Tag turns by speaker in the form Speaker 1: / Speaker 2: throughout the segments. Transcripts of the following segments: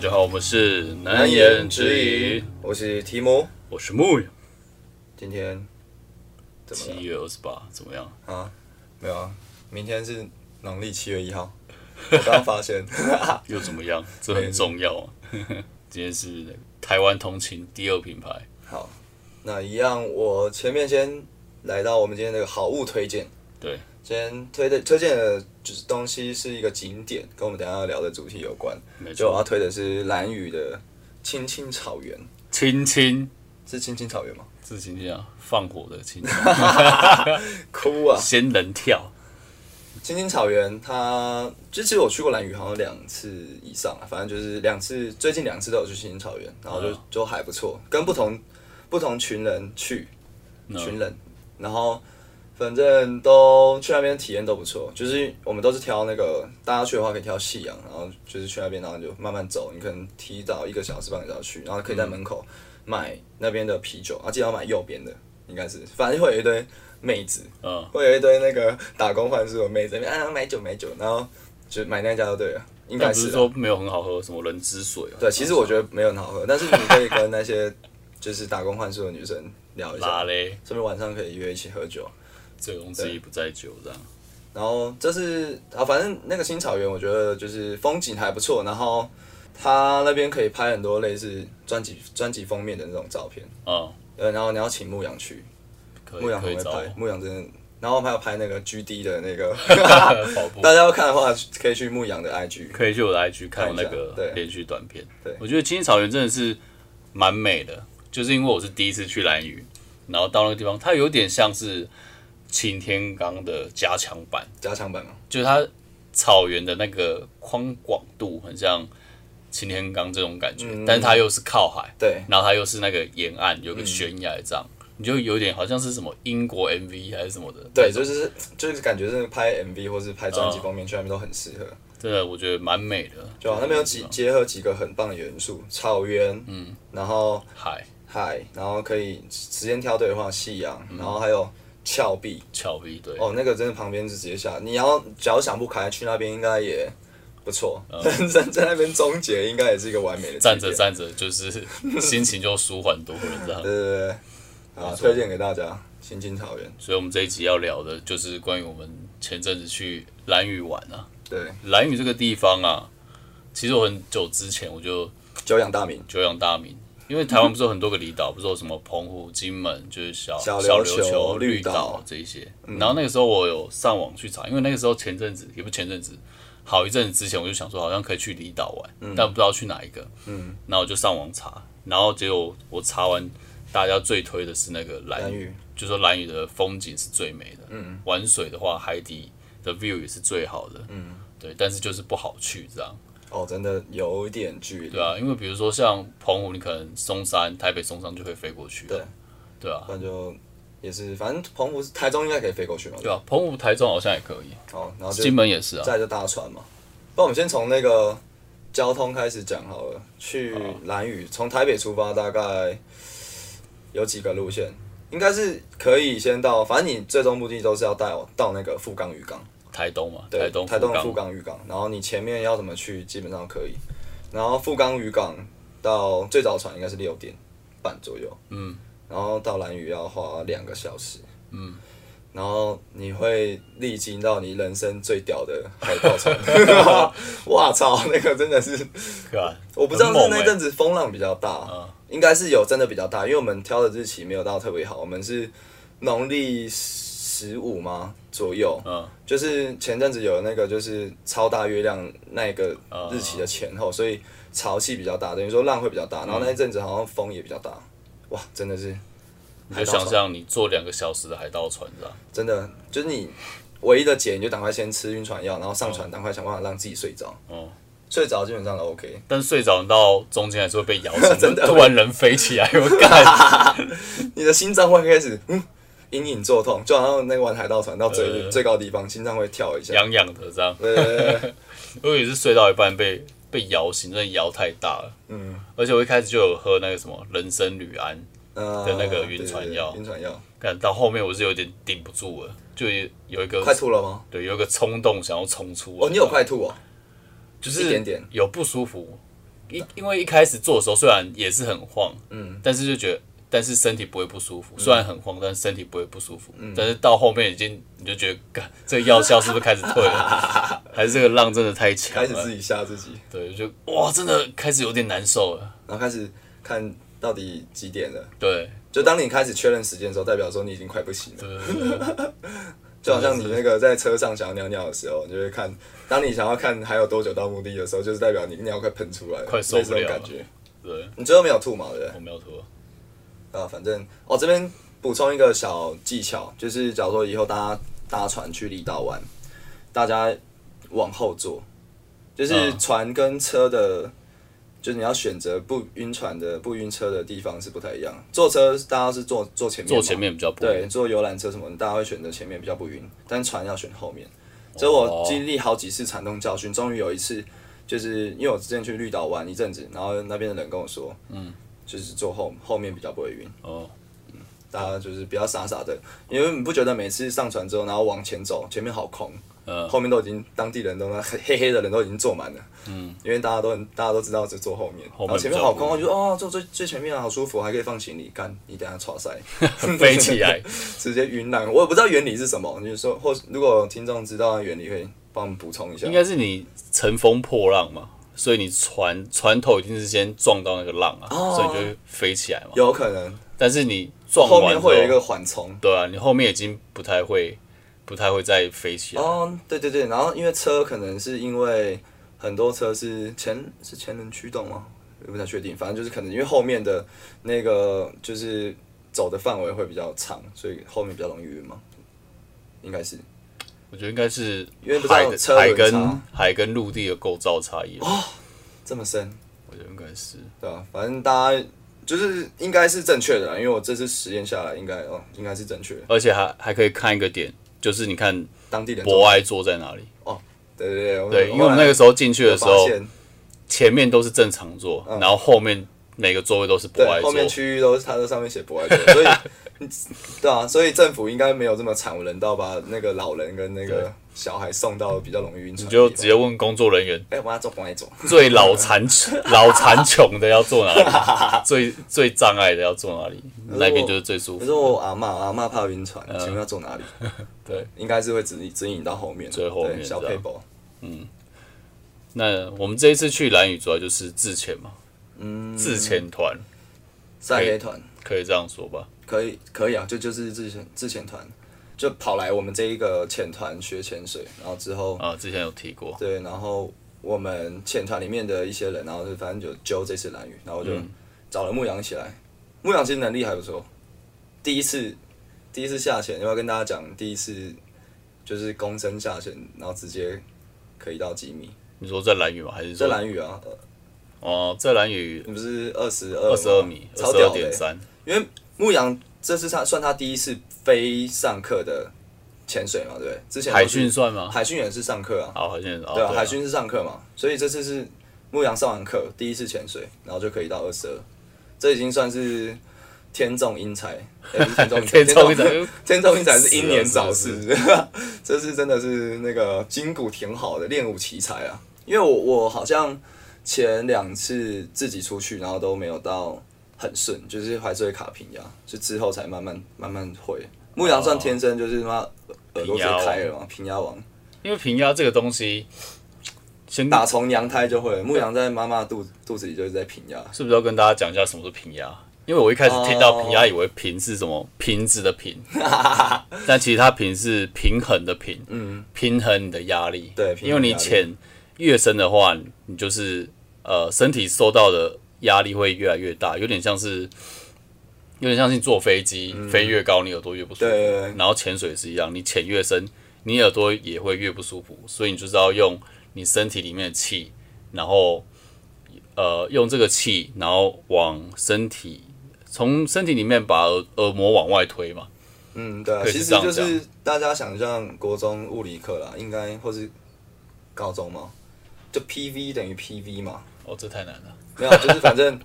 Speaker 1: 家好，我们是难
Speaker 2: 难
Speaker 1: 言
Speaker 2: 言
Speaker 1: 之
Speaker 2: 之
Speaker 1: 隐
Speaker 2: 隐，，我是提摩，
Speaker 1: 我是木野。
Speaker 2: 今天怎么
Speaker 1: 七
Speaker 2: 了
Speaker 1: 月二十八，怎么样？
Speaker 2: 啊？没有啊，明天是农历七月一号，我刚发现，
Speaker 1: 又怎么样？这很重要、啊。今天是台湾通勤第二品牌，
Speaker 2: 好，那一样，我前面先来到我们今天的好物推荐。
Speaker 1: 对，
Speaker 2: 今天推的推荐的就是东西是一个景点，跟我们等一下要聊的主题有关。
Speaker 1: 没
Speaker 2: 就我啊要
Speaker 1: 错。
Speaker 2: 推的是蓝屿的青青草原，
Speaker 1: 亲亲，
Speaker 2: 是青青草原吗？
Speaker 1: 这亲亲啊，放火的亲亲，
Speaker 2: 哭啊！
Speaker 1: 仙人跳。
Speaker 2: 青青草原它，就其实我去过兰屿好像两次以上啊了，反正就是两次，最近两次都有去青青草原，然后就、
Speaker 1: 嗯
Speaker 2: 就还不错，跟不同不同群人去，
Speaker 1: 嗯
Speaker 2: 群人，然后反正都去那边体验都不错，就是我们都是挑那个大家去的话可以挑夕阳，然后就是去那边，然后就慢慢走，你可能提早一个小时半个小时去，然后可以在门口买那边的啤酒，啊，记得要买右边的，应该是，反正会有一堆妹子。
Speaker 1: 嗯，
Speaker 2: 会有一堆那个打工换宿的妹子在那边啊买酒买酒，然后就买那家就对了，应
Speaker 1: 但
Speaker 2: 该
Speaker 1: 不是
Speaker 2: 是啊、
Speaker 1: 说没有很好喝，什么人之水啊？
Speaker 2: 对。其实我觉得没有很好喝，但是你可以跟那些就是打工换宿的女生聊一
Speaker 1: 拉
Speaker 2: 下，
Speaker 1: 嘞，
Speaker 2: 顺便晚上可以约一起喝酒。
Speaker 1: 醉翁之意不在酒，这样。
Speaker 2: 然后这是啊，反正那个新草原我觉得就是风景还不错，然后它那边可以拍很多类似专辑专辑封面的那种照片，
Speaker 1: 嗯，
Speaker 2: 呃，然后你要请牧羊去，
Speaker 1: 可
Speaker 2: 牧
Speaker 1: 以
Speaker 2: 羊
Speaker 1: 可
Speaker 2: 很
Speaker 1: 以
Speaker 2: 会
Speaker 1: 找
Speaker 2: 拍，
Speaker 1: 我。
Speaker 2: 牧羊真的，然后还有拍那个 GD 的那 个，
Speaker 1: 跑步
Speaker 2: 大家要看的话可以去牧羊的 IG。
Speaker 1: 可以去我的 IG 看我
Speaker 2: 看一下
Speaker 1: 那个
Speaker 2: 对
Speaker 1: 连续短片。
Speaker 2: 对
Speaker 1: 我觉得青青草原真的是蛮美的，就是因为我是第一次去兰屿，然后到那个地方，它有点像是擎天岗的加强版，
Speaker 2: 加强版吗？
Speaker 1: 就是它草原的那个宽广度很像擎天岗这种感觉，
Speaker 2: 嗯
Speaker 1: 但是它又是靠海，
Speaker 2: 对，
Speaker 1: 然后它又是那个沿岸有个悬崖这样，你就有点好像是什么英国 MV 还是什么的那种，
Speaker 2: 对，就是就是感觉真的拍 MV 或是拍专辑
Speaker 1: 嗯
Speaker 2: 方面去那边都很适合，
Speaker 1: 真的我觉得蛮美的，
Speaker 2: 对吧、那边有几结合几个很棒的元素，草原，嗯，然后
Speaker 1: 海
Speaker 2: 海，然后可以时间挑对的话，夕阳，然后还有峭壁，
Speaker 1: 峭壁对。
Speaker 2: 哦，那个真的旁边是直接下，你要假如想不开去那边应该也不错，在在那边终结应该也是一个完美的
Speaker 1: 站
Speaker 2: 景
Speaker 1: 着
Speaker 2: 点
Speaker 1: 站着就是 心情就舒缓多了，这样。
Speaker 2: 对对对，对啊，推荐给大家，青青草原，
Speaker 1: 所以，我们这一集要聊的就是关于我们前阵子去兰屿玩啊。
Speaker 2: 对，
Speaker 1: 兰屿这个地方啊，其实我很久之前我就
Speaker 2: 久仰大名，
Speaker 1: 久仰大名，因为台湾不是有很多个离岛，不是有什么澎湖、金门，就是小
Speaker 2: 小
Speaker 1: 小
Speaker 2: 琉
Speaker 1: 琉
Speaker 2: 球
Speaker 1: 球、
Speaker 2: 绿
Speaker 1: 绿岛嗯
Speaker 2: 岛
Speaker 1: 这一些。然后那个时候我有上网去查，因为那个时候前阵子也不前阵子，好一阵子之前我就想说好像可以去离岛玩，但不知道去哪一个。嗯，然后我就上网查，然后结果我查完，大家最推的是那个
Speaker 2: 蓝
Speaker 1: 蓝屿，
Speaker 2: 屿，
Speaker 1: 就说蓝屿的风景是最美的。嗯，玩水的话，海底的 view 也是最好的。嗯，对，但是就是不好去这样。
Speaker 2: 哦，真的有一点距离，
Speaker 1: 对啊，因为比如说像澎湖，你可能松山、台北松山就可以飞过去。
Speaker 2: 对，
Speaker 1: 对啊，
Speaker 2: 那就也是，反正澎湖、台中应该可以飞过去嘛。
Speaker 1: 对啊，澎湖、台中好像也可以，
Speaker 2: 好，然后就
Speaker 1: 金门也是啊。
Speaker 2: 再就搭船嘛。那我们先从那个交通开始讲好了。去
Speaker 1: 啊
Speaker 2: 兰屿，从台北出发，大概有几个路线？应该是可以先到，反正你最终目的都是要到到那个富冈渔港，
Speaker 1: 台东嘛，
Speaker 2: 对，
Speaker 1: 台东、
Speaker 2: 台东的
Speaker 1: 福
Speaker 2: 富
Speaker 1: 冈，
Speaker 2: 冈渔港。然后你前面要怎么去，基本上可以。然后富冈渔港到最早船应该是六点半左右，
Speaker 1: 嗯，
Speaker 2: 然后到兰屿要花两个小时，嗯，然后你会历经到你人生最屌的海盗船， 哇操，那个真的是，
Speaker 1: 对啊，
Speaker 2: 我不知道
Speaker 1: 很
Speaker 2: 是
Speaker 1: 猛欸
Speaker 2: 那阵子风浪比较大，
Speaker 1: 嗯
Speaker 2: 应该是有真的比较大，因为我们挑的日期没有到特别好，我们是农历十五吗左右，
Speaker 1: 嗯，
Speaker 2: 就是前阵子有那个就是超大月亮那个日期的前
Speaker 1: 嗯
Speaker 2: 后，所以潮气比较大，等于说浪会比较大，然后那一阵子好像风也比较大，哇，真的是
Speaker 1: 你
Speaker 2: 海
Speaker 1: 就
Speaker 2: 盗船
Speaker 1: 想象你坐两个小时的海盗船这样，
Speaker 2: 真的就是你唯一的解，你就赶快先吃晕船药，然后上
Speaker 1: 嗯
Speaker 2: 船赶快想办法让自己睡着，
Speaker 1: 哦，
Speaker 2: 睡着基本上都 OK。
Speaker 1: 但睡着到中间还是会被摇醒，
Speaker 2: 真的
Speaker 1: 突然人飞起来，我干，
Speaker 2: 你的心脏会开始嗯隐隐作痛，就好像那个玩海盗船到最、
Speaker 1: 呃
Speaker 2: 最高地方，心脏会跳一下。
Speaker 1: 痒痒的这样。
Speaker 2: 对 对对对
Speaker 1: 我也是睡到一半被被摇醒，真的摇太大了。
Speaker 2: 嗯，
Speaker 1: 而且我一开始就有喝那个什么人参铝胺，
Speaker 2: 呃
Speaker 1: 的那个晕船药
Speaker 2: 对对对晕船药
Speaker 1: 但到后面我是有点顶不住了，就有一个
Speaker 2: 快吐了吗？
Speaker 1: 对有一个冲动想要冲出来。
Speaker 2: 哦，你有快吐哦，
Speaker 1: 就
Speaker 2: 一
Speaker 1: 是
Speaker 2: 点点
Speaker 1: 有不舒服，因因为一开始做的时候虽然也是很晃，嗯，但是就觉得，但是身体不会不舒服，虽然很晃，但是身体不会不舒服。但是到后面已经你就觉得，干这个药效是不是开始退了？还是这个浪真的太强
Speaker 2: 开始自
Speaker 1: 了？
Speaker 2: 己吓自己，
Speaker 1: 对，就哇，真的开始有点难受了。
Speaker 2: 然后开始看到底几点了。
Speaker 1: 对，
Speaker 2: 就当你开始确认时间的时候，代表说你已经快不行了。
Speaker 1: 对对对对
Speaker 2: 就好像你那个在车上想要尿尿的时候，你就会看，当你想要看还有多久到目的地的时候，就是代表你尿快喷出来了，
Speaker 1: 快受不了了
Speaker 2: 类似那种感觉。
Speaker 1: 对，
Speaker 2: 你最后没有吐嘛？对不对？
Speaker 1: 我没有脱。
Speaker 2: 啊，反正哦，这边补充一个小技巧，就是假如说以后大家搭船去离岛玩，大家往后坐，就是
Speaker 1: 嗯
Speaker 2: 船跟车的，就是你要选择不晕船的、不晕车的地方是不太一样。坐车大家是坐坐前面，
Speaker 1: 坐前。面比较不
Speaker 2: 对，坐游览车什么的，大家会选择前面比较不晕，但船要选后面。所以
Speaker 1: 哦
Speaker 2: 我经历好几次惨痛教训，终于有一次，就是因为我之前去绿岛玩一阵子，然后那边的人跟我说，嗯，就是坐后后面比较不会晕，
Speaker 1: 哦，
Speaker 2: 大家就是不要傻傻的，因为你不觉得每次上船之后，然后往前走，前面好空，
Speaker 1: 嗯
Speaker 2: 后面都已经当地人都那黑黑的人都已经坐满了，嗯，因为大家都很大家都知道只坐后面，
Speaker 1: 后面
Speaker 2: 然后前面好空，
Speaker 1: 比较
Speaker 2: 我就哦坐最最前面啊好舒服，还可以放行李，干你等一下耍塞。
Speaker 1: 飞起来，
Speaker 2: 直接晕烂，我也不知道原理是什么。你就说，或如果听众知道原理，可以帮我们补充一下
Speaker 1: 应。该是你乘风破浪嘛，所以你船船头一定是先撞到那个浪啊，
Speaker 2: 哦
Speaker 1: 所以你就会飞起来嘛。
Speaker 2: 有可能
Speaker 1: 但是你撞
Speaker 2: 后
Speaker 1: 完
Speaker 2: 面
Speaker 1: 之后
Speaker 2: 会有一个缓冲。
Speaker 1: 对啊，你后面已经不太会，不太会再飞起来。
Speaker 2: 哦，对对对，然后因为车可能是因为很多车是前是前轮驱动吗？我也不太确定，反正就是可能因为后面的那个就是走的范围会比较长，所以后面比较容易晕嘛。应该是
Speaker 1: 我觉得应该是
Speaker 2: 因为不知道
Speaker 1: 海
Speaker 2: 有车
Speaker 1: 的海
Speaker 2: 轮
Speaker 1: 跟
Speaker 2: 差哦
Speaker 1: 海跟陆地的构造差异。
Speaker 2: 这么深，
Speaker 1: 我觉得应该是
Speaker 2: 对啊，反正大家就是应该是正确的啦，因为我这次实验下来，应该哦应该是正确的。
Speaker 1: 而且还还可以看一个点，就是你看
Speaker 2: 当地人
Speaker 1: 博爱座在哪里。
Speaker 2: 对对对，我们
Speaker 1: 对，因为我们那个时候进去的时
Speaker 2: 我
Speaker 1: 候
Speaker 2: 发，现嗯
Speaker 1: 前面都是正常座，然后后面每个座位都是博爱
Speaker 2: 对
Speaker 1: 座
Speaker 2: 后。面区域都是它都上面写不爱 国，所以对啊，所以政府应该没有这么惨无人道，把那个老人跟那
Speaker 1: 对
Speaker 2: 个小孩送到比较容易晕船
Speaker 1: 你
Speaker 2: 的地
Speaker 1: 就
Speaker 2: 方，
Speaker 1: 直接问工作人员，
Speaker 2: 哎，我要做不爱做，
Speaker 1: 最老残 老残穷的要坐哪里，最最障碍的要坐哪 里，那边就是最舒
Speaker 2: 可
Speaker 1: 服
Speaker 2: 是
Speaker 1: 的。
Speaker 2: 我阿嬷，我阿嬷怕晕船，请问要坐哪里？
Speaker 1: 嗯 对，
Speaker 2: 应该是会指引指引到后面，
Speaker 1: 最后面
Speaker 2: 对小
Speaker 1: 这
Speaker 2: 配
Speaker 1: 样
Speaker 2: 宝，
Speaker 1: 那我们这一次去蓝屿主要就是自潜嘛，嗯，自潜团
Speaker 2: 晒黑团
Speaker 1: 可以这样说吧，
Speaker 2: 可以可以啊，就就是自潜自潜团。就跑来我们这一个潜团学潜水，然后之后
Speaker 1: 啊，之前有提过，
Speaker 2: 对，然后我们潜团里面的一些人，然后就反正就揪这次蓝雨，然后
Speaker 1: 嗯
Speaker 2: 我就找了牧羊起来。牧羊其实能力还不错，第一次第一次下潜，要不要跟大家讲？第一次就是躬身下潜，然后直接可以到几米？
Speaker 1: 你说在蓝屿吗？还是
Speaker 2: 这
Speaker 1: 说
Speaker 2: 蓝雨啊，呃
Speaker 1: 哦，在蓝屿
Speaker 2: 你不是二十二
Speaker 1: 二十二米，二
Speaker 2: 超
Speaker 1: 十
Speaker 2: 屌
Speaker 1: 二
Speaker 2: 的欸、
Speaker 1: 点三，
Speaker 2: 因为牧羊这是他算他第一次非上课的潜水嘛，对不对？之前都
Speaker 1: 海
Speaker 2: 是
Speaker 1: 训算吗？
Speaker 2: 海训也是上课啊，
Speaker 1: 好，海训哦，
Speaker 2: 对啊，
Speaker 1: 啊
Speaker 2: 海军是上课嘛，所以这次是牧羊上完课第一次潜水，然后就可以到二十二，这已经算是天纵英 才，也不是天纵英才，
Speaker 1: 天
Speaker 2: 天纵
Speaker 1: 中一整
Speaker 2: 天纵英才是英年早逝
Speaker 1: 是，
Speaker 2: 这是啊真的是那个筋骨挺好的练武奇才啊！因为我我好像前两次自己出去，然后都没有到很顺，就是还是会卡平呀，是之后才慢慢慢慢会。牧羊算天生就是他妈耳朵直接开了嘛，哦平压王。
Speaker 1: 因为平压这个东西，先
Speaker 2: 打从娘胎就会了，牧羊在妈妈肚肚子里就是在平压，
Speaker 1: 是不是要跟大家讲一下什么是平压？因为我一开始听到
Speaker 2: 哦
Speaker 1: 平压，以为平是什么瓶子的 瓶，但其实它平是平衡的平，嗯，平衡你的压力。
Speaker 2: 对平衡
Speaker 1: 因为你
Speaker 2: 压力
Speaker 1: 潜越深的话，你就是呃身体受到的压力会越来越大，有点像是。有点像是你坐飞机、飞越高，你耳朵越不舒服。
Speaker 2: 嗯对对对
Speaker 1: 然后潜水是一样，你潜越深，你耳朵也会越不舒服，所以你就是要用你身体里面的气，然后呃用这个气，然后往身体从身体里面把耳耳膜往外推嘛。
Speaker 2: 嗯，对啊，
Speaker 1: 可以
Speaker 2: 其
Speaker 1: 是
Speaker 2: 实
Speaker 1: 这样
Speaker 2: 就是大家想象国中物理课啦，应该或是高中嘛，就 PV 等于 PV 嘛，
Speaker 1: 哦，这太难了。
Speaker 2: 没有，就是反 正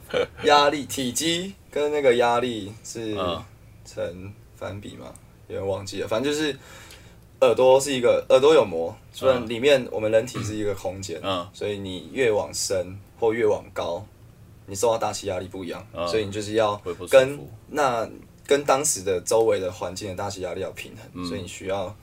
Speaker 2: 压力体积跟那个压力是
Speaker 1: 嗯
Speaker 2: 成反比嘛，有点忘记了，反正就是耳朵是一个耳朵有膜，虽然里面我们人体是一个空间，
Speaker 1: 嗯
Speaker 2: 所以你越往深，或越往高，你受到大气压力不一样，
Speaker 1: 嗯
Speaker 2: 所以你就是要
Speaker 1: 会不舒
Speaker 2: 跟
Speaker 1: 服。
Speaker 2: 那跟当时的周围的环境的大气压力要平
Speaker 1: 嗯
Speaker 2: 衡，所以你需要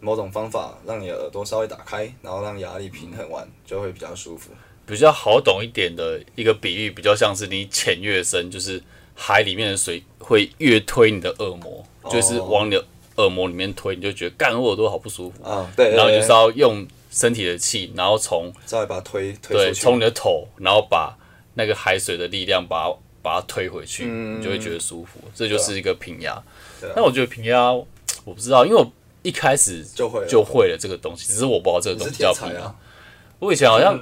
Speaker 2: 某种方法让你的耳朵稍微打开，然后让压力平衡
Speaker 1: 嗯
Speaker 2: 完，就会比较舒服。
Speaker 1: 比较好懂一点的一个比喻，比较像是你潜越深，就是海里面的水会越推你的耳膜，就是往你的耳膜里面推，你就觉得干我耳朵好不舒服，
Speaker 2: 啊，对，
Speaker 1: 然后你
Speaker 2: 对
Speaker 1: 就是要用身体的气，然后从
Speaker 2: 稍微把它推推
Speaker 1: 对
Speaker 2: 出去，
Speaker 1: 从你的头，然后把那个海水的力量把它把它推回去，
Speaker 2: 嗯
Speaker 1: 你就会觉得舒服，这就是一个平压
Speaker 2: 对啊。
Speaker 1: 但我觉得平压我不知道，因为我一开始
Speaker 2: 就会了
Speaker 1: 就会了这个东西，只是我不知道这个
Speaker 2: 啊你
Speaker 1: 东
Speaker 2: 是
Speaker 1: 西叫
Speaker 2: 天
Speaker 1: 平
Speaker 2: 才
Speaker 1: 压
Speaker 2: 啊。，
Speaker 1: 我以前好像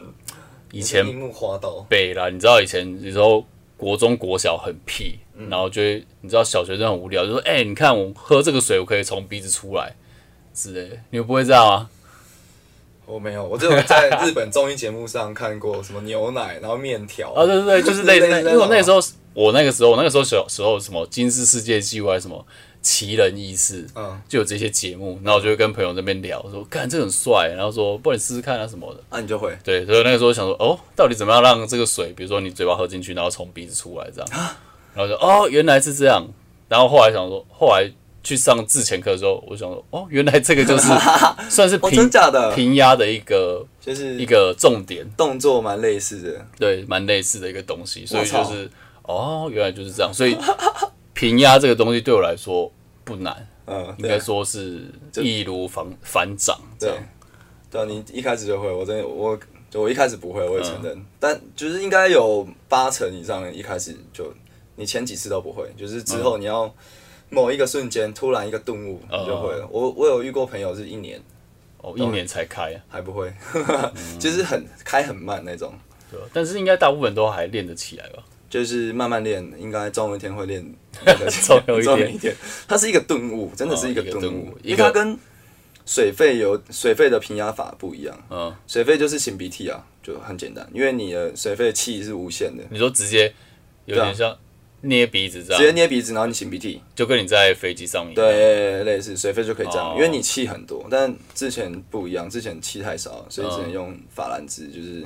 Speaker 1: 以前
Speaker 2: 樱木花道，
Speaker 1: 北啦，你知道以前有时候国中国小很屁，
Speaker 2: 嗯
Speaker 1: 然后就会你知道小学生很无聊，就说：“哎、你看我喝这个水，我可以从鼻子出来之类的。”你们不会这样啊吗？
Speaker 2: 我没有，我只有在日本综艺节目上看过什么牛奶，然后面条
Speaker 1: 啊，对对对，就是类似那，
Speaker 2: 类似那
Speaker 1: 因
Speaker 2: 种
Speaker 1: 为我那个时候，我那个时候，我那个时候小时候什么金氏世界纪录还是什么奇人异事，
Speaker 2: 嗯，
Speaker 1: 就有这些节目，然后我就会跟朋友那边聊，说：“看这个很帅。”啊然后说：“不然你试试看啊什么的。”
Speaker 2: 啊，你就会
Speaker 1: 对，所以那个时候想说，哦，到底怎么样让这个水，比如说你嘴巴喝进去，然后从鼻子出来这样，
Speaker 2: 啊
Speaker 1: 然后就哦，原来是这样。然后后来想说，后来去上自前课的时候，我想说，哦，原来这个 就是算是
Speaker 2: 哦，
Speaker 1: 平、
Speaker 2: 真假的，
Speaker 1: 平压的一个
Speaker 2: 就是
Speaker 1: 一个重点，
Speaker 2: 动作蛮类似的，
Speaker 1: 对，蛮类似的一个东西。所
Speaker 2: 我
Speaker 1: 以就
Speaker 2: 操
Speaker 1: 是哦，原来就是这样。所 以平压这个东西对我来说不难，
Speaker 2: 嗯，
Speaker 1: 应
Speaker 2: 对
Speaker 1: 该
Speaker 2: 啊
Speaker 1: 说是易如反反掌这样
Speaker 2: 对。，对啊，你一开始就会，我真的我就我一开始不会，我
Speaker 1: 嗯
Speaker 2: 也承认，但就是应该有八成以上一开始就你前几次都不会，就是之
Speaker 1: 嗯
Speaker 2: 后你要某一个瞬间突然一个顿悟，你就会了。我我有遇过朋友是一年
Speaker 1: 哦，一年才开啊，
Speaker 2: 还不会， 就是很开很慢那种，
Speaker 1: 对吧，但是应该大部分都还练得起来吧。
Speaker 2: 就是慢慢练，应该总有一天会练那 个。
Speaker 1: 总有一天
Speaker 2: 总有一天，它是一个顿悟，真的是一个
Speaker 1: 哦一个
Speaker 2: 顿
Speaker 1: 顿
Speaker 2: 悟
Speaker 1: 悟，
Speaker 2: 因为
Speaker 1: 一个
Speaker 2: 它跟水肺有水肺的平压法不一样。
Speaker 1: 嗯，
Speaker 2: 水肺就是擤鼻涕啊，就很简单，因为你的水肺气是无限的，
Speaker 1: 你说直接有点像捏鼻子这
Speaker 2: 啊直接
Speaker 1: 样，
Speaker 2: 捏鼻子，然后你擤鼻涕，
Speaker 1: 就跟你在飞机上面一样，
Speaker 2: 对，类似水肺就可以这样，
Speaker 1: 啊哦
Speaker 2: 因为你气很多，但之前不一样，之前气太少了，所以只能用法兰兹，就是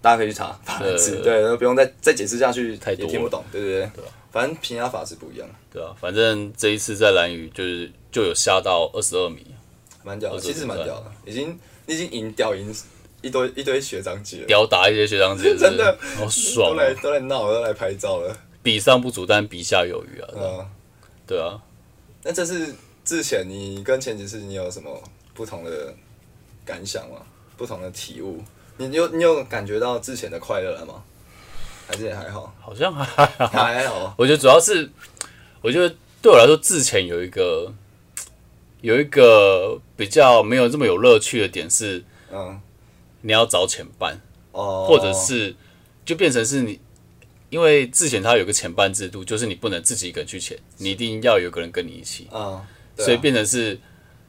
Speaker 2: 大家可以去查 法兰兹，
Speaker 1: 对
Speaker 2: 对，都不用再再解释下去，
Speaker 1: 太多
Speaker 2: 也
Speaker 1: 了
Speaker 2: 听不懂，对对对，反正平压法是不一样，
Speaker 1: 对啊，反正这一次在蓝屿就是就有下到二十二米，
Speaker 2: 蛮屌的，
Speaker 1: 二十五
Speaker 2: 其实蛮屌的，已经你已经赢屌赢一堆一堆学长姐了，
Speaker 1: 吊打一些学长姐，是不是
Speaker 2: 真的
Speaker 1: 好
Speaker 2: 都
Speaker 1: 爽、
Speaker 2: 来
Speaker 1: 啊，
Speaker 2: 都来闹，都来拍照了，
Speaker 1: 比上不足，但比下有余啊，
Speaker 2: 嗯。
Speaker 1: 对啊，
Speaker 2: 那这次之前你跟前几次你有什么不同的感想吗？不同的体悟？你有你有感觉到之前的快乐了吗？还是也还好？
Speaker 1: 好像还好，
Speaker 2: 还好，哦
Speaker 1: 我觉得主要是，我觉得对我来说，之前有一个有一个比较没有这么有乐趣的点是，
Speaker 2: 嗯，
Speaker 1: 你要找前伴。
Speaker 2: 哦，
Speaker 1: 或者是就变成是你，因为之前它有个前伴制度，就是你不能自己一个人去潜，你一定要有个人跟你一起，
Speaker 2: 嗯，对啊
Speaker 1: 所以变成是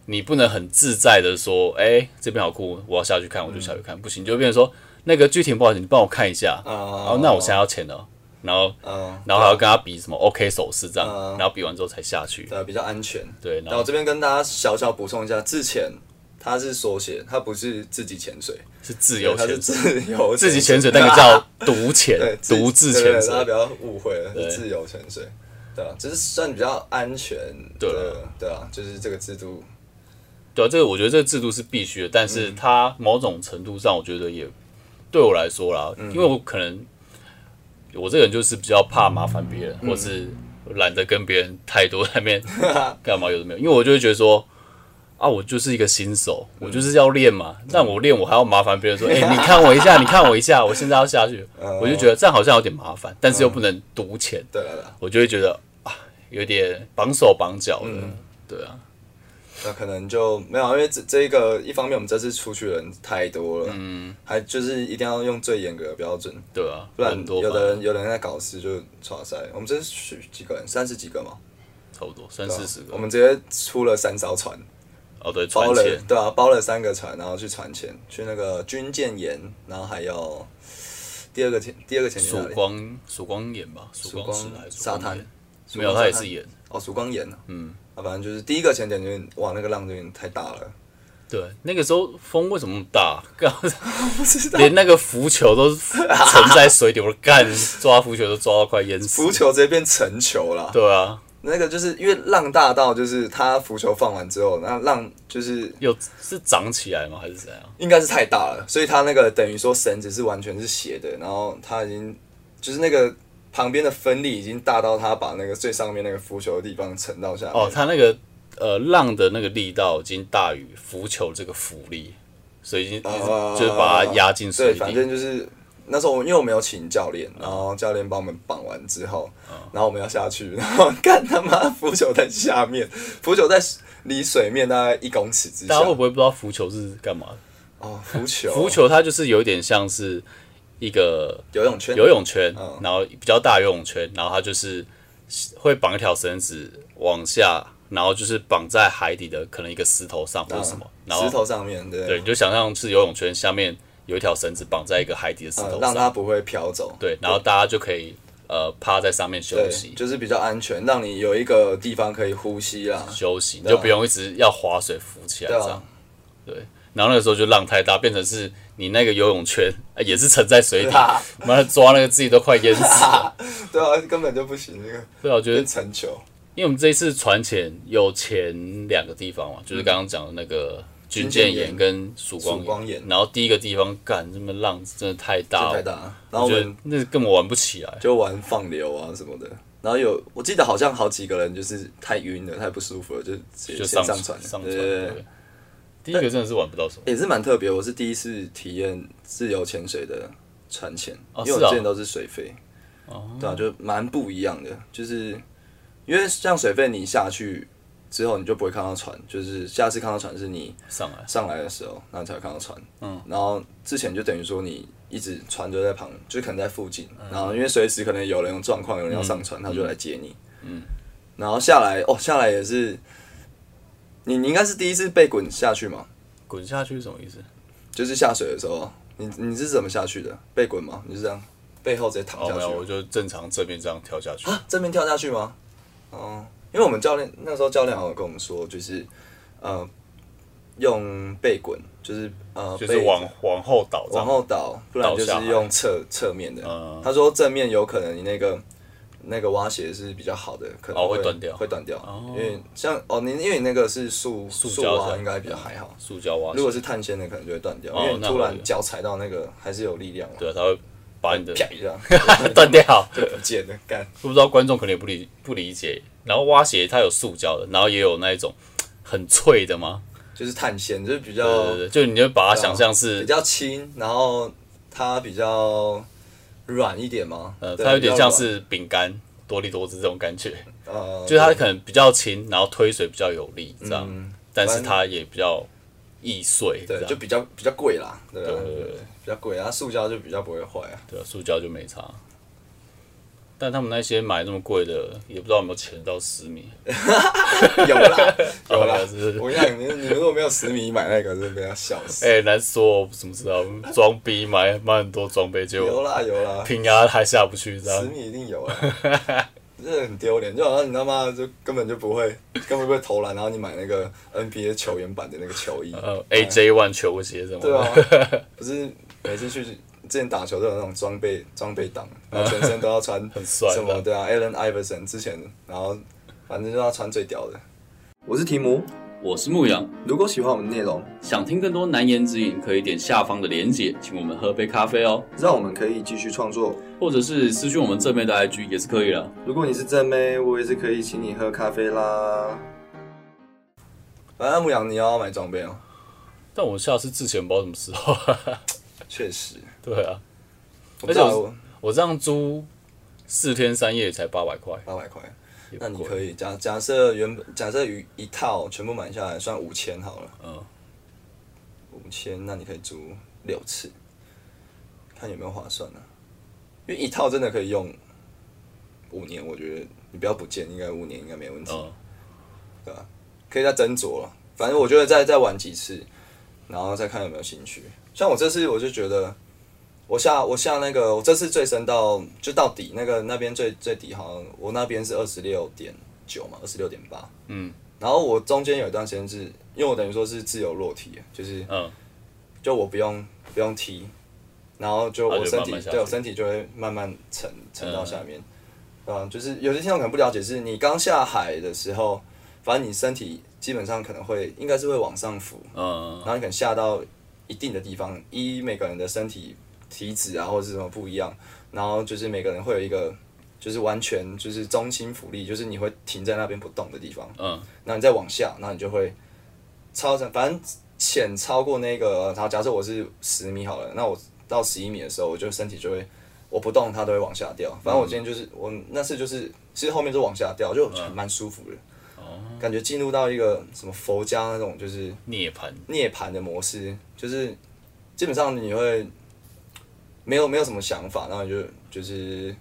Speaker 1: 你不能很自在的说，哎、这边好酷，我要下去看，我就下去看，不行，就变成说那个剧情不好，你帮我看一下，
Speaker 2: 嗯
Speaker 1: 然后哦那我现在要潜了，然后
Speaker 2: 嗯，
Speaker 1: 然后还要跟他比什么 OK 手势这样
Speaker 2: 嗯，
Speaker 1: 然后比完之后才下去，
Speaker 2: 对啊比较安全。
Speaker 1: 对，然
Speaker 2: 然后
Speaker 1: 后
Speaker 2: 这边跟大家小小补充一下，之前它是缩写，它不是自己潜水，
Speaker 1: 是自由
Speaker 2: 它
Speaker 1: 潜
Speaker 2: 是
Speaker 1: 水，
Speaker 2: 自由
Speaker 1: 自己潜水那个 叫独潜
Speaker 2: 对，，
Speaker 1: 独自潜
Speaker 2: 对对
Speaker 1: 水
Speaker 2: 大家不。要误会了，
Speaker 1: 对
Speaker 2: 是自由潜水，对啊，只是算比较安全
Speaker 1: 对
Speaker 2: 的，对啊，就是这个制度，
Speaker 1: 对啊，这个我觉得这个制度是必须的，但
Speaker 2: 嗯
Speaker 1: 是它某种程度上，我觉得也对我来说啦，
Speaker 2: 嗯
Speaker 1: 因为我可能我这个人就是比较怕麻烦别
Speaker 2: 嗯
Speaker 1: 人，或是懒得跟别人太多在那 边干嘛有的没有，因为我就会觉得说。啊，我就是一个新手，我就是要练嘛。
Speaker 2: 嗯
Speaker 1: 但我练，我还要麻烦别人说，哎、你看我一下，你看我一下，我现在要下去，
Speaker 2: 嗯
Speaker 1: 我就觉得这样好像有点麻烦，但是又不能赌钱，
Speaker 2: 对啊了啦，
Speaker 1: 我就会觉得啊，有点绑手绑脚的。
Speaker 2: 嗯
Speaker 1: 对啊，
Speaker 2: 那可能就没有，啊因为这这个一方面我们这次出去的人太多了，嗯，还就是一定要用最严格的标准，
Speaker 1: 对啊，
Speaker 2: 不然
Speaker 1: 很多
Speaker 2: 有
Speaker 1: 吧
Speaker 2: 的人有的人在搞事就耍塞。我们这次去几个人，三十几个嘛，
Speaker 1: 差不多三
Speaker 2: 对啊
Speaker 1: 四十个
Speaker 2: 我。们直接出了三艘船，
Speaker 1: 哦，对，船
Speaker 2: 包了
Speaker 1: 前
Speaker 2: 对啊，包了三个船，然后去船前，去那个军舰岩，然后还有第二个前第二个前点
Speaker 1: 曙
Speaker 2: 哪里？
Speaker 1: 光曙光眼吧，曙
Speaker 2: 光
Speaker 1: 石还是曙
Speaker 2: 沙
Speaker 1: 光
Speaker 2: 滩
Speaker 1: 眼
Speaker 2: 曙
Speaker 1: 没有，
Speaker 2: 光沙
Speaker 1: 它也
Speaker 2: 滩
Speaker 1: 是眼，
Speaker 2: 哦，曙光岩啊，嗯，啊，反正就是第一个潜点就是哇，那个浪有点太大了，
Speaker 1: 对，那个时候风为什么那么大？ 干
Speaker 2: 不知道
Speaker 1: 连那个浮球都沉在水里，我干抓浮球都抓到快淹死。
Speaker 2: 浮球直接变成球了。
Speaker 1: 对啊，
Speaker 2: 那个就是因为浪大到，就是它浮球放完之后，那浪就是
Speaker 1: 有是长起来吗？还是怎样？
Speaker 2: 应该是太大了，所以它那个等于说绳子是完全是斜的，然后它已经就是那个旁边的分力已经大到它把那个最上面那个浮球的地方沉到下面。
Speaker 1: 哦，它那个呃浪的那个力道已经大于浮球这个浮力，所以已经、
Speaker 2: 哦
Speaker 1: 就是把它压进水
Speaker 2: 对，
Speaker 1: 里。嗯
Speaker 2: 反正就是那时候我因为我们有请教练，然后教练帮我们绑完之后，然后我们要下去，然后 干他妈浮球在下面，浮球在离水面大概一公尺之下
Speaker 1: 大家。会不会不知道浮球是干嘛的？
Speaker 2: 哦，浮球，
Speaker 1: 浮球它就是有点像是一个
Speaker 2: 游泳圈，
Speaker 1: 游泳圈，
Speaker 2: 嗯
Speaker 1: 然后比较大的游泳圈，然后它就是会绑一条绳子往下，然后就是绑在海底的可能一个石头上或者什么，然
Speaker 2: 嗯石
Speaker 1: 后
Speaker 2: 头上面，对，
Speaker 1: 对，你就想象是游泳圈下面有一条绳子绑在一个海底的石
Speaker 2: 嗯
Speaker 1: 头
Speaker 2: 让
Speaker 1: 上，
Speaker 2: 它不会飘走。
Speaker 1: 对，然后大家就可以呃趴在上面休
Speaker 2: 对，
Speaker 1: 息。
Speaker 2: 就是比较安全，让你有一个地方可以呼吸啦。
Speaker 1: 休息，你
Speaker 2: 对啊
Speaker 1: 就不用一直要划水浮起来
Speaker 2: 对啊
Speaker 1: 这样。对，然后那个时候就浪太大，变成是你那个游泳圈、呃也是沉在水底，
Speaker 2: 啊
Speaker 1: 妈的抓那个自己都快淹死了。
Speaker 2: 对啊，根本就不行，那个
Speaker 1: 对啊，我觉得
Speaker 2: 变，成球。
Speaker 1: 因为我们这一次船潜有前两个地方嘛，就是刚刚讲的那个军舰岩跟曙光
Speaker 2: 曙光岩
Speaker 1: 然后第一个地方干这么浪真的太大
Speaker 2: 太
Speaker 1: 了，
Speaker 2: 大了，然后
Speaker 1: 我
Speaker 2: 我
Speaker 1: 觉
Speaker 2: 们
Speaker 1: 得那根本玩不起来。
Speaker 2: 就玩放流啊什么的。然后有，我记得好像好几个人就是太晕了，太不舒服了，就直接
Speaker 1: 就
Speaker 2: 先
Speaker 1: 上
Speaker 2: 上
Speaker 1: 船，上船。
Speaker 2: 对对对
Speaker 1: 对，第一个真的是玩不到什么。
Speaker 2: 也是蛮特别。我是第一次体验自由潜水的船潜，
Speaker 1: 哦
Speaker 2: 因为
Speaker 1: 是
Speaker 2: 我
Speaker 1: 哦
Speaker 2: 之前都是水肺，对啊，就蛮不一样的。就是因为像水肺，你下去之后你就不会看到船，就是下次看到船是你
Speaker 1: 上来
Speaker 2: 上来的时候，那才会看到船。嗯，然后之前就等于说你一直船就在旁，就可能在附近，
Speaker 1: 嗯
Speaker 2: 然后因为随时可能有人有状况，有人要上船，他就来接你。嗯，然后下来哦，下来也是，你你应该是第一次被滚下去嘛，
Speaker 1: 滚下去是什么意思？
Speaker 2: 就是下水的时候，你你是怎么下去的？被滚吗？你是这样背后直接躺
Speaker 1: 哦，
Speaker 2: 下
Speaker 1: 没
Speaker 2: 去
Speaker 1: 有，
Speaker 2: 吗？
Speaker 1: 我就正常正面这样跳下去。
Speaker 2: 啊，这边跳下去吗？哦，因为我们教练那时候教练好像跟我们说，就是呃，用背滚，就是呃，
Speaker 1: 就是
Speaker 2: 背
Speaker 1: 往往后倒这
Speaker 2: 往
Speaker 1: 样。
Speaker 2: 后倒，不然
Speaker 1: 倒
Speaker 2: 就
Speaker 1: 下
Speaker 2: 是
Speaker 1: 来
Speaker 2: 用侧侧面的
Speaker 1: 嗯。
Speaker 2: 他说正面有可能你那个那个蛙鞋是比较好的，可能
Speaker 1: 哦会断掉
Speaker 2: 会断掉。因为像哦，你因为你那个是塑塑
Speaker 1: 胶
Speaker 2: 蛙，
Speaker 1: 的
Speaker 2: 应该比较还好。
Speaker 1: 塑胶蛙
Speaker 2: 如，果是碳纤的，可能就会断掉，
Speaker 1: 哦
Speaker 2: 因为你
Speaker 1: 那
Speaker 2: 突然
Speaker 1: 会有
Speaker 2: 脚踩到那个还是有力量嘛，
Speaker 1: 对啊，它会把你的
Speaker 2: 啪 一下
Speaker 1: 断掉。
Speaker 2: 就不见了，干。
Speaker 1: 我不知道观众可能也不理不理解。然后蛙鞋它有塑胶的，然后也有那一种很脆的吗？
Speaker 2: 就是碳纤，就是比较
Speaker 1: 对对对，就你就把它想象
Speaker 2: 哦啊比
Speaker 1: 是
Speaker 2: 较轻，然后它比较软一点嘛。
Speaker 1: 呃，
Speaker 2: 对
Speaker 1: 它有点
Speaker 2: 比
Speaker 1: 像
Speaker 2: 较软
Speaker 1: 是饼干多利多汁这种感觉，
Speaker 2: 呃，
Speaker 1: 就是它可能比较轻，然后推水比较有力这样，
Speaker 2: 嗯
Speaker 1: 但是它也比较易碎这
Speaker 2: 对，
Speaker 1: 样。
Speaker 2: 就比较比较贵啦，对吧
Speaker 1: 对对对
Speaker 2: 比较贵，它塑胶就比较不会坏啊。
Speaker 1: 对啊，塑胶就没差。但他们那些买那么贵的，也不知道有没有潜到十米。
Speaker 2: 有啦，有啦
Speaker 1: 好的哦是，
Speaker 2: 我跟你讲，你你如果没有十米买那个，真的被他笑死。
Speaker 1: 哎、难说，我怎么知道？装逼买买很多装备，结
Speaker 2: 有啊
Speaker 1: 果
Speaker 2: 啦有啦，
Speaker 1: 平压还下不去，这
Speaker 2: 十
Speaker 1: 样
Speaker 2: 米一定有啊， 真的很丢脸。就好像你他妈就根本就不会，根本不会投篮，然后你买那个 NBA 球员版的那个球衣，
Speaker 1: 呃，AJ One 球鞋什么
Speaker 2: 对
Speaker 1: 的，
Speaker 2: 啊， 不是每次去之前打球都有那种装备装备党，然后全身都要穿
Speaker 1: 很帅
Speaker 2: 什么
Speaker 1: 的
Speaker 2: 对啊，Allen Iverson 之前，然后反正就要穿最屌的。我是提姆，
Speaker 1: 我是牧羊，
Speaker 2: 如果喜欢我们的内容，
Speaker 1: 想听更多难言之隐，可以点下方的连结，请我们喝杯咖啡哦，
Speaker 2: 让我们可以继续创作。
Speaker 1: 或者是私讯我们正面的 IG 也是可以的。
Speaker 2: 如果你是正妹，我也是可以请你喝咖啡啦。反正牧羊你要买装备哦，
Speaker 1: 但我下次之前不知道什么时候。
Speaker 2: 确实。
Speaker 1: 对啊，
Speaker 2: 而且
Speaker 1: 而且我这样租四天三夜也才八百块，
Speaker 2: 八百块，
Speaker 1: 也
Speaker 2: 那你
Speaker 1: 不贵。
Speaker 2: 可以假假设原本假设一一套全部买下来算五千好了，
Speaker 1: 嗯，
Speaker 2: 五千，那你可以租六次，看有没有划算呢、因为一套真的可以用五年，我觉得你不要不见，应该五年应该没问题，
Speaker 1: 嗯
Speaker 2: 可以再斟酌了。反正我觉得再再玩几次，然后再看有没有兴趣。像我这次我就觉得，我下我下那个我这次最深到就到底那个那边最最底好像我那边是二十六点九嘛，二十六点八，
Speaker 1: 嗯，
Speaker 2: 然后我中间有一段时间是因为我等于说是自由落体，就是
Speaker 1: 嗯，
Speaker 2: 就我不用不用踢，然后就
Speaker 1: 它就
Speaker 2: 我身
Speaker 1: 慢
Speaker 2: 体
Speaker 1: 慢下
Speaker 2: 对我
Speaker 1: 去
Speaker 2: 身体就会慢慢沉沉到
Speaker 1: 嗯
Speaker 2: 下面。嗯，就是有些听众可能不了解，是你刚下海的时候，反正你身体基本上可能会应该是会往上浮，
Speaker 1: 嗯，
Speaker 2: 然后你可能下到一定的地方，依每个人的身体体脂啊或者是什么不一样，然后就是每个人会有一个就是完全就是中心浮力，就是你会停在那边不动的地方，
Speaker 1: 嗯，
Speaker 2: 然后你再往下，然后你就会超成，反正浅超过那个，然后假设我是十米好了，那我到十一米的时候，我就身体就会。我不动，它都会往下掉。反正我今天就是、我那次就是，其实后面就往下掉，就
Speaker 1: 嗯
Speaker 2: 还蛮舒服的，
Speaker 1: 哦
Speaker 2: 感觉进入到一个什么佛家那种，就是
Speaker 1: 涅槃，
Speaker 2: 涅槃的模式，就是基本上你会没有没有什么想法，然后你就就是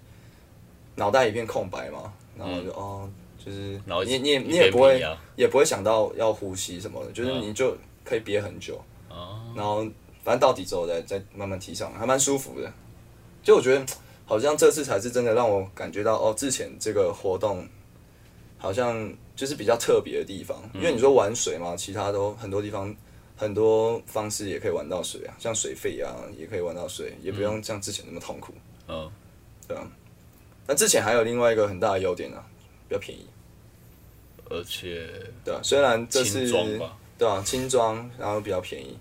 Speaker 2: 脑袋一片空白嘛，然后就、哦，就是
Speaker 1: 然后
Speaker 2: 你你也
Speaker 1: 嗯一
Speaker 2: 你也不会
Speaker 1: 一边比啊
Speaker 2: 也不会想到要呼吸什么的，
Speaker 1: 嗯
Speaker 2: 就是你就可以憋很久，
Speaker 1: 哦
Speaker 2: 然后反正到底之后再再慢慢提上来，还蛮舒服的。就我觉得好像这次才是真的让我感觉到哦，之前这个活动好像就是比较特别的地方，
Speaker 1: 嗯
Speaker 2: 因为你说玩水嘛，其他都很多地方。很多方式也可以玩到水啊，像水费啊，也可以玩到水，也不用像之前那么痛苦。
Speaker 1: 嗯，
Speaker 2: 那之前还有另外一个很大的优点啊，比较便宜，
Speaker 1: 而且
Speaker 2: 对啊，虽然这
Speaker 1: 轻
Speaker 2: 次
Speaker 1: 装吧，
Speaker 2: 对啊，轻装，然后比较便宜。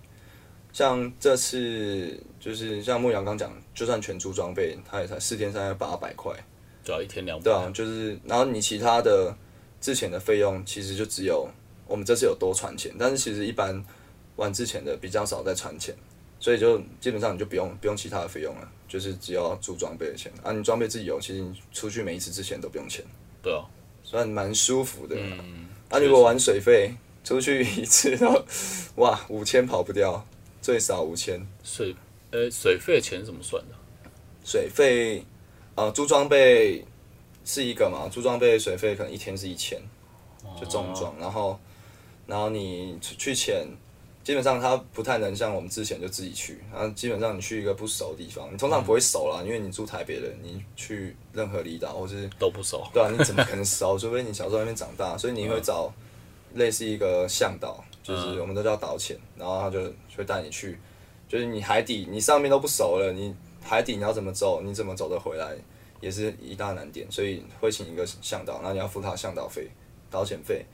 Speaker 2: 像这次就是像牧羊刚讲，就算全租装备，它也才四天三夜八百块，
Speaker 1: 对啊，一天两百
Speaker 2: 对，啊，就是然后你其他的之前的费用其实就只有我们这次有多传钱，但是其实一般玩之前的比较少在传钱，所以就基本上你就不用不用其他的费用了，就是只要租装备的钱啊，你装备自己有，其实你出去每一次之前都不用钱，
Speaker 1: 对啊，
Speaker 2: 算蛮舒服的。
Speaker 1: 嗯，
Speaker 2: 啊，如果玩水费出去一次都，哇，五千跑不掉，最少五千。
Speaker 1: 水，呃，水费的钱怎么算的？
Speaker 2: 水费，呃，租装备是一个嘛，租装备水费可能一天是一千，就重装，然后，然后你去去前，基本上它不太能像我们之前就自己去，然后基本上你去一个不熟的地方，你通常不会熟啦，因为你住台北的，你去任何离岛或是
Speaker 1: 都不熟，
Speaker 2: 对啊，你怎么可能熟？ 除非你小时候在那边长大，所以你会找类似一个向导，就是我们都叫导潜，然后他就就会带你去，就是你海底你上面都不熟了，你海底你要怎么走，你怎么走得回来，也是一大难点，所以会请一个向导，然后你要付他向导费、导潜费，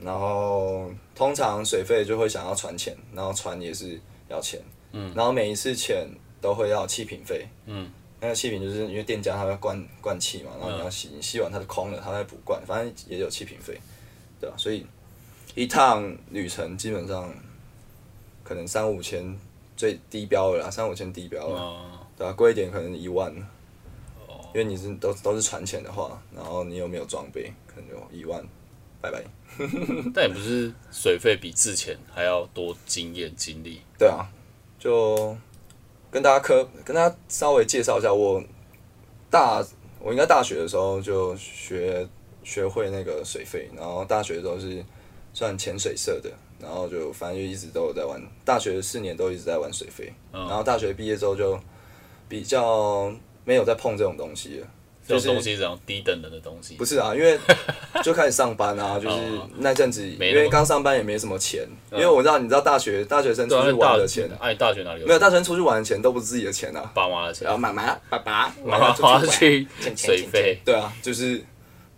Speaker 2: 然后通常水费就会想要船钱，然后船也是要钱，嗯，然后每一次钱都会要气瓶费，那个气瓶就是因为店家他要灌灌气嘛，然后你要吸，你吸完它就空了，他再补灌，反正也有气瓶费，对吧、所以一趟旅程基本上可能三五千最低标了啦，三五千低标了，
Speaker 1: 嗯，
Speaker 2: 对吧、贵一点可能一万，因为你是都都是船钱的话，然后你有没有装备，可能就一万，拜拜。
Speaker 1: 呃但也不是水费比之前还要多经验经历，
Speaker 2: 对啊，就跟大家科跟大家稍微介绍一下，我大我应该大学的时候就学学会那个水肺，然后大学的时候是算潜水社的，然后就反正就一直都有在玩，大学四年都一直在玩水肺，
Speaker 1: 嗯
Speaker 2: 然后大学毕业之后就比较没有在碰这种东西了。
Speaker 1: 这
Speaker 2: 就
Speaker 1: 种东
Speaker 2: 是
Speaker 1: 西是这种低等人的东西
Speaker 2: 不，是啊，因为就开始上班啊，就是那阵子，因
Speaker 1: 哦没那么嗯
Speaker 2: 为刚上班也没什么钱，因为我知道你知道大学大学生出
Speaker 1: 对啊
Speaker 2: 去
Speaker 1: 那大
Speaker 2: 玩的钱，
Speaker 1: 哎，大学哪里有
Speaker 2: 没有，大学生出去玩的钱都不是自己的钱啊，
Speaker 1: 爸妈的钱
Speaker 2: 然后，妈妈、爸爸、
Speaker 1: 妈
Speaker 2: 妈
Speaker 1: 妈
Speaker 2: 出去玩
Speaker 1: 花，去
Speaker 3: 钱钱
Speaker 1: 水 费，
Speaker 2: 对啊，就是，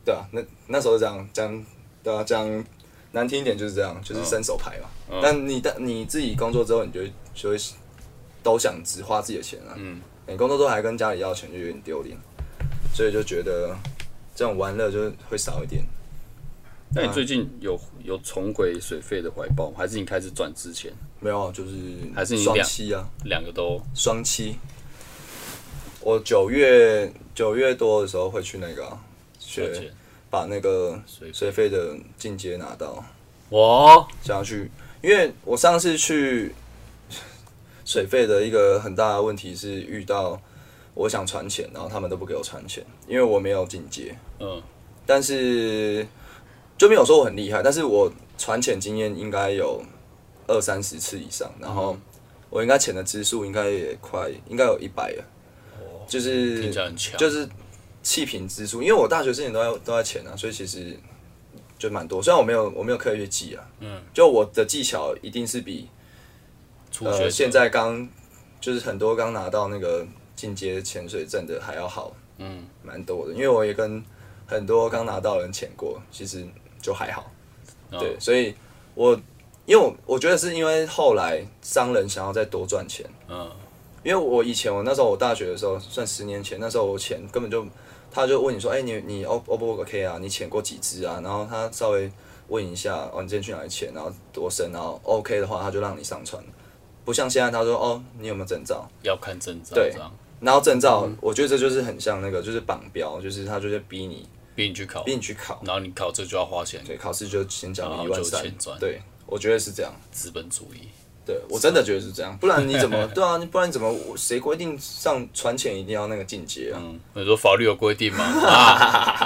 Speaker 2: 对啊，那那时候讲讲，对啊，讲难听一点就是这样，就是伸手牌嘛。但你但你自己工作之后，你就会就会都想只花自己的钱啊。嗯，你工作之后还跟家里要钱，就有点丢脸，所以就觉得这种玩乐就是会少一点。
Speaker 1: 那
Speaker 3: 嗯
Speaker 1: 你最近有有重回水费的怀抱吗？还是你开始转之前，
Speaker 2: 没有啊，就是
Speaker 1: 还是你
Speaker 2: 双
Speaker 1: 两
Speaker 2: 七啊，
Speaker 1: 两个都
Speaker 2: 双七。我九月九月多的时候会去那个啊、
Speaker 1: 学
Speaker 2: 学
Speaker 1: 钱？
Speaker 2: 把那个
Speaker 1: 水费
Speaker 2: 水费的进阶拿到，
Speaker 1: 我
Speaker 2: 想要去，因为我上次去水费的一个很大的问题是遇到我想传钱，然后他们都不给我传钱，因为我没有进阶，
Speaker 1: 嗯，
Speaker 2: 但是就没有说我很厉害，但是我传潜经验应该有二三十次以上，然后我应该潜的支数应该也快，应该有一百了，就是
Speaker 1: 嗯听起来很强，
Speaker 2: 就是气瓶支数，因为我大学之前都在都在潜啊，所以其实就蛮多。虽然我没有我没有刻意去记啊，嗯，就我的技巧一定是比
Speaker 1: 初学
Speaker 2: 呃
Speaker 1: 者
Speaker 2: 现在刚就是很多刚拿到那个进阶潜水证的还要好，嗯，蛮多的。因为我也跟很多刚拿到的人潜过，其实就还好，
Speaker 1: 哦
Speaker 2: 对，所以我因为我我觉得是因为后来商人想要再多赚钱。
Speaker 1: 嗯，
Speaker 2: 因为我以前我那时候我大学的时候算十年前，那时候我潜根本就，他就问你说，哎、你你 O O 不 OK 啊？你潜过几只啊？然后他稍微问一下，哦，你今天去哪里潜？然后多深？然后 OK 的话，他就让你上船。不像现在他说，哦，你有没有证照？
Speaker 1: 要看证照，
Speaker 2: 对
Speaker 1: 这样
Speaker 2: 然后证照，我觉得这就是很像那个，就是绑标，就是他就是逼你
Speaker 1: 逼你去考
Speaker 2: 逼，你去考，
Speaker 1: 然后你考这就要花钱，
Speaker 2: 对，考试就先讲
Speaker 1: 然后
Speaker 2: 一万
Speaker 1: 就
Speaker 2: 三
Speaker 1: 钱，赚，
Speaker 2: 对，我觉得是这样。
Speaker 1: 资本主义。
Speaker 2: 对，我真的觉得是这样，不然你怎么对啊？你不然你怎么谁规定上船前一定要那个进阶啊？
Speaker 1: 嗯，你说法律有规定吗？ 啊，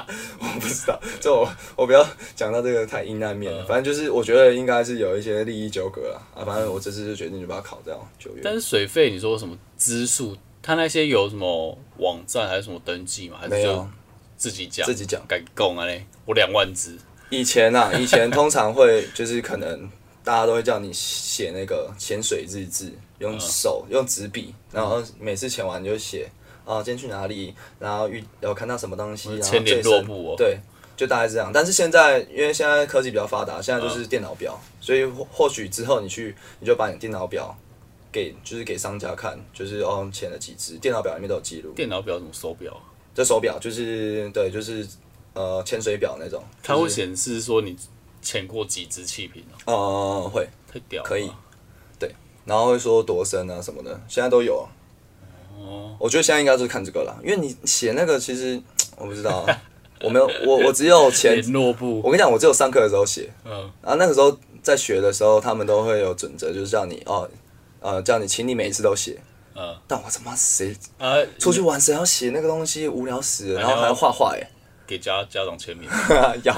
Speaker 2: 不知道，这 我我不要讲到这个太阴暗面了。反正就是我觉得应该是有一些利益纠葛了啊。反正我这次就决定就把它考掉九月。
Speaker 1: 但是水费你说什么支数？他那些有什么网站还是什么登记吗？还
Speaker 2: 没
Speaker 1: 是就
Speaker 2: 有
Speaker 1: 自己讲？
Speaker 2: 自己讲
Speaker 1: 敢供啊嘞！我两万只，
Speaker 2: 以前啊， 以前通常会就是可能大家都会叫你写那个潜水日志，用
Speaker 1: 嗯
Speaker 2: 手用纸笔，然后每次潜完你就写啊今天去哪里，然后遇有看到什么东西，然后
Speaker 1: 签联
Speaker 2: 最
Speaker 1: 络
Speaker 2: 深
Speaker 1: 簿哦
Speaker 2: 对，就大概是这样。但是现在因为现在科技比较发达，现在就是电脑
Speaker 1: 嗯
Speaker 2: 表，所以或或许之后你去你就把你电脑表。给就是给商家看，就是哦签了几只，电脑表里面都有记录。
Speaker 1: 电脑表怎么手表啊？
Speaker 2: 这手表就是对，就是呃潜水表那种。
Speaker 1: 它会
Speaker 2: 就是
Speaker 1: 显示说你潜过几只气瓶啊？
Speaker 2: 呃会，
Speaker 1: 太屌了！
Speaker 2: 可以然后会说多深啊什么的，现在都有、啊。
Speaker 1: 哦
Speaker 2: 我觉得现在应该就是看这个啦，因为你写那个其实我不知道啊、我没有，我我只有 前，
Speaker 1: 联络部，
Speaker 2: 我跟你讲，我只有上课的时候写，
Speaker 1: 嗯，
Speaker 2: 然后那个时候在学的时候，他们都会有准则，就是叫你哦，呃，叫你，请你每一次都写。
Speaker 1: 嗯
Speaker 2: 但我他妈谁
Speaker 1: 啊，
Speaker 2: 出去玩谁要写那个东西，无聊死了，然后
Speaker 1: 还
Speaker 2: 还
Speaker 1: 要
Speaker 2: 要画 画耶，
Speaker 1: 给家家长签名，
Speaker 2: 要，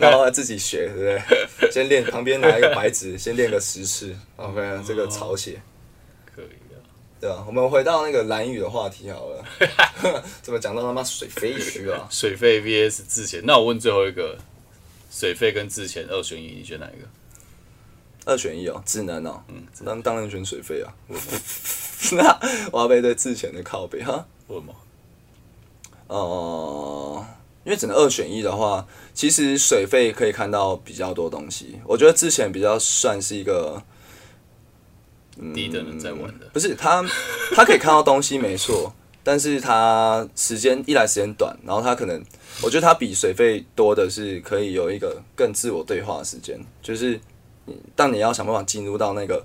Speaker 2: 然后自己学，对不对？先练，旁边拿一个白纸，先练个十次，OK，这
Speaker 1: 哦
Speaker 2: 个草写。
Speaker 1: 可以啊。
Speaker 2: 对啊，我们回到那个蓝雨的话题好了。怎么讲到他妈水飞鱼啊？
Speaker 1: 水费 VS 自潜，那我问最后一个，水费跟自潜二选一，你选哪一个？
Speaker 2: 二选一哦，智能哦，
Speaker 1: 嗯，自
Speaker 2: 当当然选水飞啊。 那我要被对之前的靠背哈。
Speaker 1: 问嘛，
Speaker 2: 哦、因为只能二选一的话，其实水费可以看到比较多东西。我觉得之前比较算是一个，嗯
Speaker 1: 低等人在玩的，
Speaker 2: 不是他，他可以看到东西没错， 但是他时间一来时间短，然后他可能，我觉得他比水费多的是可以有一个更自我对话的时间，就是你当你要想办法进入到那个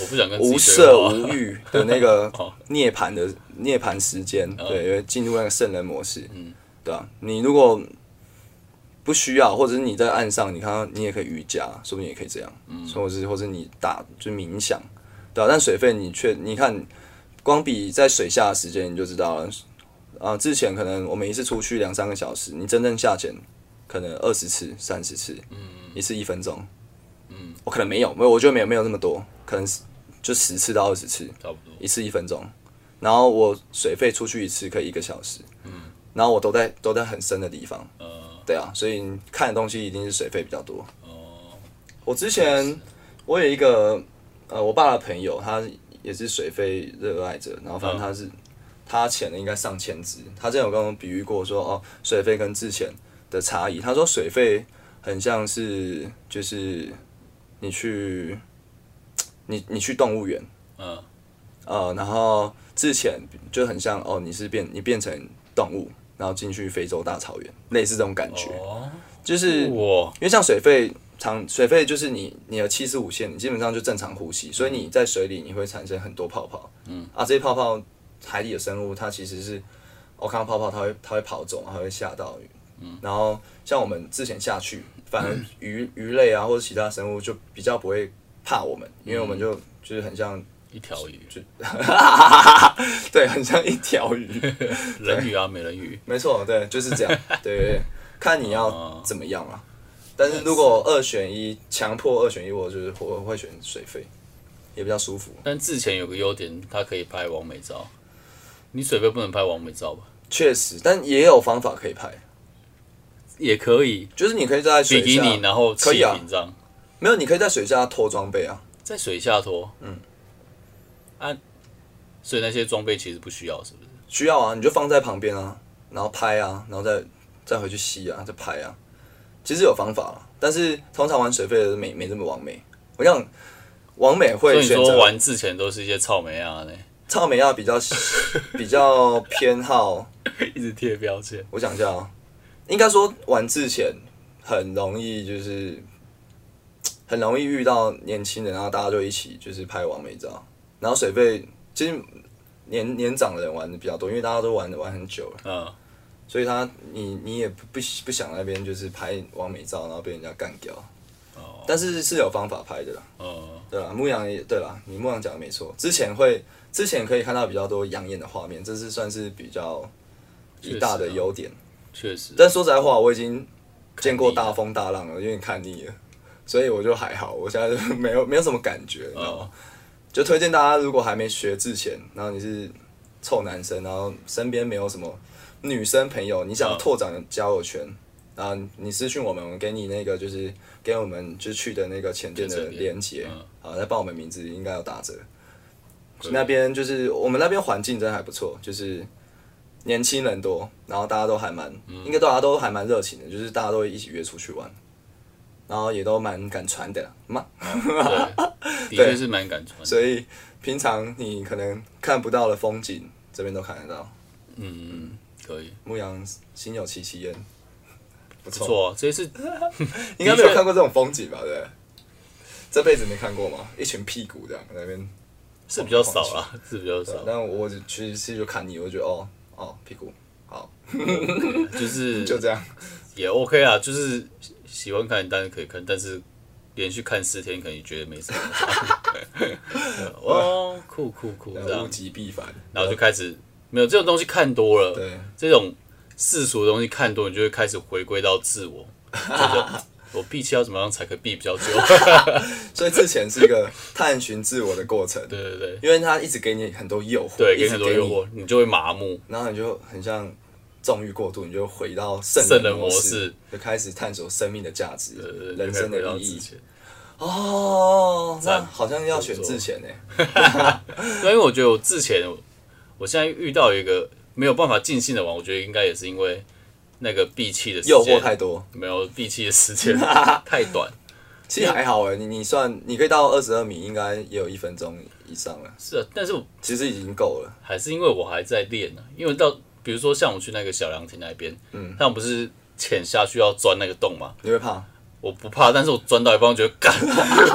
Speaker 1: 我不想跟自己
Speaker 2: 无
Speaker 1: 对
Speaker 2: 色
Speaker 1: 话
Speaker 2: 无欲的那 个
Speaker 1: 哦
Speaker 2: 涅槃的涅槃时间，对，因为进入那个圣人模式，
Speaker 1: 嗯
Speaker 2: 对啊，你如果不需要，或者是你在岸上，你看到你也可以瑜伽，说不定也可以这样，嗯，或者是或者你打就冥想，对啊，但水费你却你看，光比在水下的时间你就知道了，啊，之前可能我们一次出去两三个小时，你真正下潜可能二十次、三十次，嗯，一次一分钟，嗯，我可能没有，没有，我觉得没有没有那么多，可能是就十次到二十次，
Speaker 1: 差不多。
Speaker 2: 一次一分钟，然后我水费出去一次可以一个小时，嗯，然后我都在都在很深的地方，
Speaker 1: 呃，
Speaker 2: 对啊，所以你看的东西一定是水费比较多。
Speaker 1: 哦，
Speaker 2: 我之前我有一个呃，我爸的朋友，他也是水费热爱者，然后
Speaker 1: 嗯
Speaker 2: 反正他是、他潜了应该上千只，他之前有跟我比喻过说哦，水费跟自潜的差异，他说水费很像是就是你去你你去动物园，
Speaker 1: 嗯，
Speaker 2: 呃，然后之前就很像哦，你是变你变成动物，然后进去非洲大草原，类似这种感觉，
Speaker 1: 哦，
Speaker 2: 就是
Speaker 1: 我
Speaker 2: 因为像水肺常水肺就是你你的气是无限，你基本上就正常呼吸，所以你在水里你会产生很多泡泡，嗯啊，这些泡泡海底的生物它其实是，我看到泡泡它会它会跑走，它会吓到鱼，嗯，然后像我们之前下 去，反而鱼鱼类啊或者其他生物就比较不会怕我们，因为我们就就是很像
Speaker 1: 一条鱼，
Speaker 2: 对，很像一条鱼。
Speaker 1: 人鱼啊，美人鱼，
Speaker 2: 没错，对，就是 这样，对对对，看你要
Speaker 1: 哦
Speaker 2: 怎么样啊。但是如果二选一，强迫二选一，我就是我会选水费，也比较舒服。
Speaker 1: 但之前有个优点，它可以拍完美照，你水费不能拍完美照吧？
Speaker 2: 确实，但也有方法可以拍，
Speaker 1: 也可以，
Speaker 2: 就是你可以在
Speaker 1: 比
Speaker 2: 水
Speaker 1: 基
Speaker 2: 下，
Speaker 1: 尼然后
Speaker 2: 可
Speaker 1: 气
Speaker 2: 以啊
Speaker 1: 瓶这样，
Speaker 2: 没有，你可以在水下偷装备啊。
Speaker 1: 在水下拖，嗯，啊，所以那些装备其实不需要，是不是？
Speaker 2: 需要啊，你就放在旁边啊，然后拍啊，然后再再回去吸啊，再拍啊。其实有方法啦，但是通常玩水费的没没这么完美。我想完美
Speaker 1: 所以
Speaker 2: 会
Speaker 1: 你
Speaker 2: 选
Speaker 1: 说
Speaker 2: 择
Speaker 1: 玩之前都是一些草莓啊，那
Speaker 2: 超美亚比较比较偏好，
Speaker 1: 一直贴标签，
Speaker 2: 我想一下啊，应该说玩之前很容易就是很容易遇到年轻人，然后大家就一起就是拍完美照，然后水费其实年年长的人玩的比较多，因为大家都玩玩很久了。
Speaker 1: 嗯，
Speaker 2: 所以他你你也不不不想那边就是拍完美照，然后被人家干掉。
Speaker 1: 哦
Speaker 2: 但是是有方法拍的啦，
Speaker 1: 呃，
Speaker 2: 对啦，牧羊也对啦，你牧羊讲的没错，之前会之前可以看到比较多养眼的画面，这是算是比较
Speaker 1: 确实
Speaker 2: 一大的
Speaker 1: 啊
Speaker 2: 优点。
Speaker 1: 确实，
Speaker 2: 但说实在话，我已经见过
Speaker 1: 看腻了
Speaker 2: 大风大浪了，有点看腻了，所以我就还好，我现在就 没有没有什么感觉，你知道
Speaker 1: 哦，
Speaker 2: 吗？就推荐大家，如果还没学之前，然后你是臭男生，然后身边没有什么女生朋友，你想
Speaker 1: 嗯
Speaker 2: 拓展交友圈，然后你私讯我们，我们给你那个就是给我们就去的那个前店
Speaker 1: 就
Speaker 2: 的
Speaker 1: 这边
Speaker 2: 链接
Speaker 1: 嗯，
Speaker 2: 啊，再报我们名字应该有打折。
Speaker 1: 对
Speaker 2: 那边就是我们那边环境真的还不错，就是年轻人多，然后大家都还蛮，
Speaker 1: 嗯
Speaker 2: 应该大家都还蛮热情的，就是大家都会一起约出去玩，然后也都蛮敢传的啦，蛮
Speaker 1: 对，的确是蛮敢穿，
Speaker 2: 所以平常你可能看不到的风景，这边都看得到。
Speaker 1: 嗯，可以，
Speaker 2: 牧羊心有戚戚焉，不
Speaker 1: 不
Speaker 2: 错，
Speaker 1: 错啊，这次
Speaker 2: 应该没有看过这种风景吧？对不对，这辈子没看过吗？一群屁股这样在那边，
Speaker 1: 是比较少啦，是比较
Speaker 2: 对
Speaker 1: 少，
Speaker 2: 但我其实是就看你，我就觉得哦哦屁股
Speaker 1: 就是
Speaker 2: 就这样，
Speaker 1: 也 OK 啦，就是喜欢看，当然可以看，但是连续看四天，可能也觉得没什么差。 哦，酷酷酷，这
Speaker 2: 然后
Speaker 1: 样
Speaker 2: 物，极必反，
Speaker 1: 然后就开始没有这种东西看多了，
Speaker 2: 对
Speaker 1: 这种世俗的东西看多，你就会开始回归到自我，觉 得我闭气要怎么样才可以闭比较久？
Speaker 2: 所以之前是一个探寻自我的过程，
Speaker 1: 对对对
Speaker 2: 因为他一直给你很多诱惑，
Speaker 1: 对，
Speaker 2: 一
Speaker 1: 给你
Speaker 2: 直
Speaker 1: 很多诱惑，你就会麻木。
Speaker 2: 然后你就很像纵欲过度，你就回到圣
Speaker 1: 圣人
Speaker 2: 模
Speaker 1: 模式，
Speaker 2: 就开始探索生命的价值、
Speaker 1: 呃，
Speaker 2: 人生
Speaker 1: 就会回
Speaker 2: 的
Speaker 1: 到
Speaker 2: 意
Speaker 1: 之
Speaker 2: 义。
Speaker 1: 前，
Speaker 2: 哦，那
Speaker 1: 赞
Speaker 2: 好像要选欸之前呢、
Speaker 1: 对，因为我觉得我之前，我现在遇到一个没有办法尽兴的玩，我觉得应该也是因为那个闭气的时
Speaker 2: 诱惑
Speaker 1: 间
Speaker 2: 太多。
Speaker 1: 没有闭气的时 间太短，
Speaker 2: 其实还好哎、你你算你可以到二十二米，应该也有一分钟以上了，
Speaker 1: 是啊，但是我
Speaker 2: 其实已经够了。
Speaker 1: 还是因为我还在练呢、因为到比如说像我去那个小凉亭那边，嗯，他们不是潜下去要钻那个洞嘛，
Speaker 2: 你会怕？
Speaker 1: 我不怕，但是我钻到一半，我觉得干，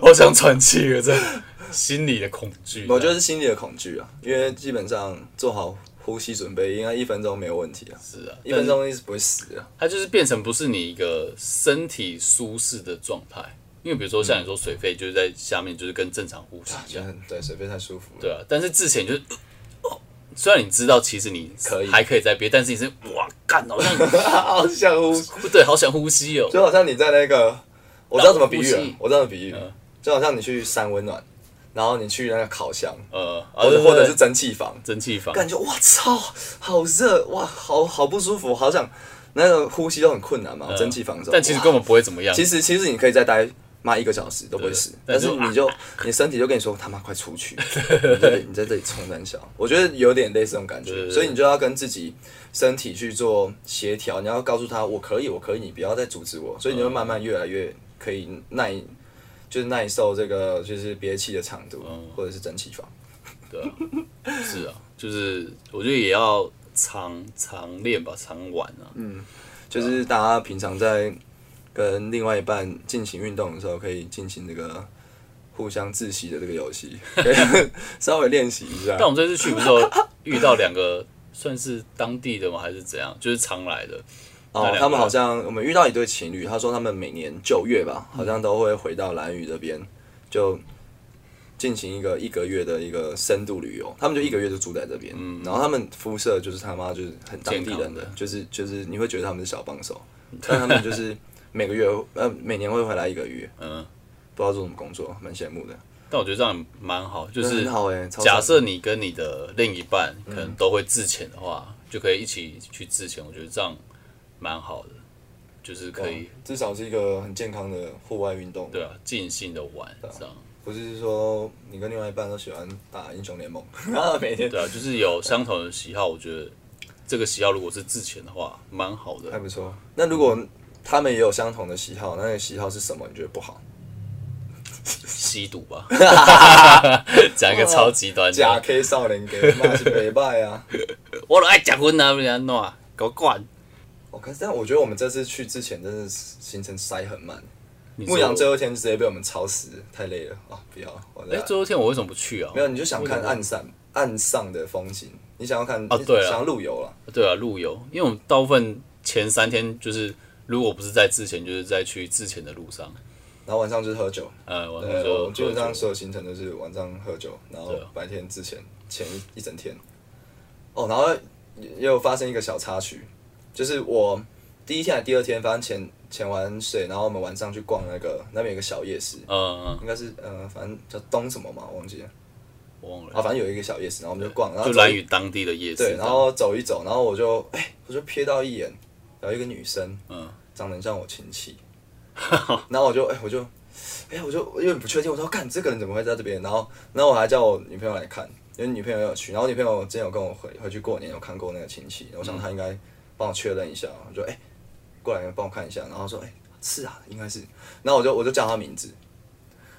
Speaker 1: 好想喘气了，这样心里的恐惧，
Speaker 2: 我觉得是心理的恐惧啊，因为基本上做好呼吸准备，应该一分钟没有问题啊，
Speaker 1: 是啊，
Speaker 2: 一分钟一直不会死啊。
Speaker 1: 它就是变成不是你一个身体舒适的状态，因为比如说像你说水肺，就是在下面就是跟正常呼吸一
Speaker 2: 觉
Speaker 1: 样，
Speaker 2: 得很对，水杯太舒服了。
Speaker 1: 对啊。但是之前就是，哦，虽然你知道其实你
Speaker 2: 可以
Speaker 1: 还可以再憋，但是你是哇干，好像
Speaker 2: 好想呼吸。
Speaker 1: 对，好想呼吸哦。
Speaker 2: 就好像你在那个，我知道怎么比喻
Speaker 1: 呼
Speaker 2: 了
Speaker 1: 吸，嗯
Speaker 2: 我知道怎么比喻，就好像你去山温暖，然后你去那个烤箱，
Speaker 1: 呃，啊
Speaker 2: 或者或者
Speaker 1: 对对
Speaker 2: 是
Speaker 1: 对
Speaker 2: 蒸汽房，
Speaker 1: 蒸汽房，
Speaker 2: 感觉哇操，好热哇，好好不舒服，好想那个呼吸都很困难嘛，蒸汽房的时候，
Speaker 1: 嗯但其实根
Speaker 2: 哇
Speaker 1: 本不会怎么样。
Speaker 2: 其实其实你可以再待。妈一个小时都不会死，
Speaker 1: 对
Speaker 2: 但
Speaker 1: 但是啊
Speaker 2: 是你就你身体就跟你说他妈快出去，你在你在这里冲胆小，我觉得有点类似这种感
Speaker 1: 对对
Speaker 2: 觉，
Speaker 1: 对
Speaker 2: 所以你就要跟自己身体去做协调，你要告诉他我可以，我可以，你不要再阻止我，所以你会慢慢越来越可以耐，就是耐受这个就是憋气的长度
Speaker 1: 嗯
Speaker 2: 或者是蒸汽房，
Speaker 1: 对啊，是啊，就是我觉得也要常常练吧，常玩啊。
Speaker 2: 就是大家平常在跟另外一半进行运动的时候，可以进行这个互相自习的这个游戏，可以 稍微练习一下。
Speaker 1: 但我们这次去不是有遇到两个算是当地的吗？还是怎样？就是常来的，那
Speaker 2: 哦
Speaker 1: 两，个
Speaker 2: 他们好像我们遇到一对情侣，他说他们每年九月吧，
Speaker 1: 嗯
Speaker 2: 好像都会回到兰屿这边，就进行一个一个月的一个深度旅游。他们就一个月就住在这边，然后他们肤色就是他妈就是很当地
Speaker 1: 嗯健
Speaker 2: 人
Speaker 1: 康
Speaker 2: 的
Speaker 1: 的，嗯
Speaker 2: 就是就是你会觉得他们是小帮手，但他们就是每个月呃每年会回来一个月，
Speaker 1: 嗯，
Speaker 2: 不知道做什么工作，蛮羡慕的。
Speaker 1: 但我觉得这样蛮好，就
Speaker 2: 真的
Speaker 1: 是
Speaker 2: 很好哎、超
Speaker 1: 假
Speaker 2: 爽
Speaker 1: 设你跟你的另一
Speaker 2: 嗯
Speaker 1: 半可能都会自潜的话，就可以一起去自潜，我觉得这样蛮好的。就是可以
Speaker 2: 至少是一个很健康的户外运动，
Speaker 1: 对啊尽兴的玩
Speaker 2: 啊
Speaker 1: 这样。
Speaker 2: 不是说你跟另外一半都喜欢打英雄联 盟，然后每天
Speaker 1: 对啊，就是有相同的喜好，我觉得这个喜好如果是之前的话，蛮好
Speaker 2: 还
Speaker 1: 的。
Speaker 2: 不错。那如果他们也有相同的喜好，那你喜好是什么？你觉得不好？
Speaker 1: 吸毒 吧，讲一个超极端
Speaker 2: 假
Speaker 1: 的，
Speaker 2: K 少年给那是北拜啊！
Speaker 1: 我都爱结婚啊，不然弄啊，给我管。
Speaker 2: 我看，哦但我觉得我们这次去之前真的是行程塞很满。
Speaker 1: 你说
Speaker 2: 牧羊最后一天直接被我们超时，太累了啊！不要，我
Speaker 1: 哎
Speaker 2: 在，
Speaker 1: 最后一天我为什么不去啊？
Speaker 2: 没有，你就想看岸上岸上的风景，你想要看
Speaker 1: 哦对啊
Speaker 2: 想要路游了，
Speaker 1: 对啊，路游，因为我们大部分前三天就是，如果不是在之前，就是在去之前的路上。
Speaker 2: 然后晚上就是喝酒。
Speaker 1: 呃，我
Speaker 2: 对，
Speaker 1: 说
Speaker 2: 我基本上所有行程都是晚上喝酒，然后
Speaker 1: 对啊
Speaker 2: 白天之前前一一整天。哦，然后也也有发生一个小插曲，就是我第一天还是第二天，反正潜潜完水，然后我们晚上去逛那个那边有个小夜市，
Speaker 1: 嗯，嗯
Speaker 2: 应该是呃，反正叫东什么嘛，我忘记了。
Speaker 1: 我忘
Speaker 2: 啊，
Speaker 1: 了，
Speaker 2: 反正有一个小夜市，然后我们就逛，然后
Speaker 1: 就
Speaker 2: 走一
Speaker 1: 蓝屿当地的夜市这
Speaker 2: 对，
Speaker 1: 样。
Speaker 2: 然后走一走，然后我就哎、我就瞥到一眼，有一个女生，
Speaker 1: 嗯，
Speaker 2: 长得很像我亲 戚，然后我就哎、我就哎、我就我有点不确定，我说干这个人怎么会在这边？然后然后我还叫我女朋友来看，因为女朋友也有去，然后女朋友之前有跟我回回去过年有看过那个亲戚，我想她应该帮我确认一下，我就哎、过来帮我看一下，然后说哎、是啊，应该是，然后我就我就叫她名字，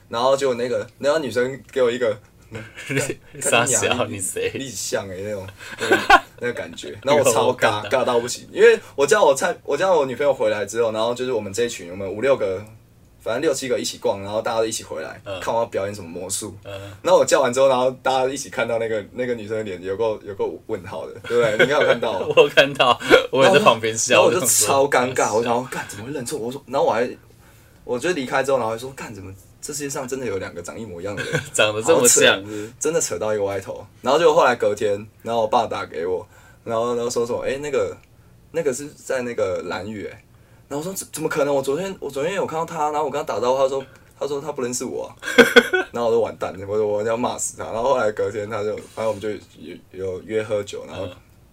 Speaker 2: 然后结果那个那个女生给我一个。
Speaker 1: 傻
Speaker 2: 你
Speaker 1: 小，
Speaker 2: 啊
Speaker 1: 你谁？
Speaker 2: 立像哎、那种那种那个感 觉，然后我超
Speaker 1: 我看
Speaker 2: 尬尬到不行，因为我叫我菜，我叫我女朋友回来之后，然后就是我们这一群，我们五六个，反正六七个一起逛，然后大家都一起回来、看我要表演什么魔术。
Speaker 1: 嗯
Speaker 2: 然后我叫完之后，然后大家一起看到那个那个女生的脸有个有个问号的，对不对？你应该有看到。
Speaker 1: 我有看到， 我也在旁边
Speaker 2: 然
Speaker 1: 笑，
Speaker 2: 后我就
Speaker 1: 想说
Speaker 2: 超尴 尬，我想说干怎么会认错？我说，然后我还，我就离开之后，然后还说干怎么这世界上真的有两个长一模一样的人？
Speaker 1: 长得这么像
Speaker 2: 好，真的扯到一个歪头。然后就后来隔天，然后我爸打给我，然后然后说什么，哎、那个那个是在那个蓝屿、欸，然后我说怎怎么可能？我昨天我昨天有看到他，然后我跟他打招呼，他说他说他不认 识我、啊，然后我说完蛋了，我说我要骂死他。然后后来隔天他就，反正我们就有有约喝酒，然后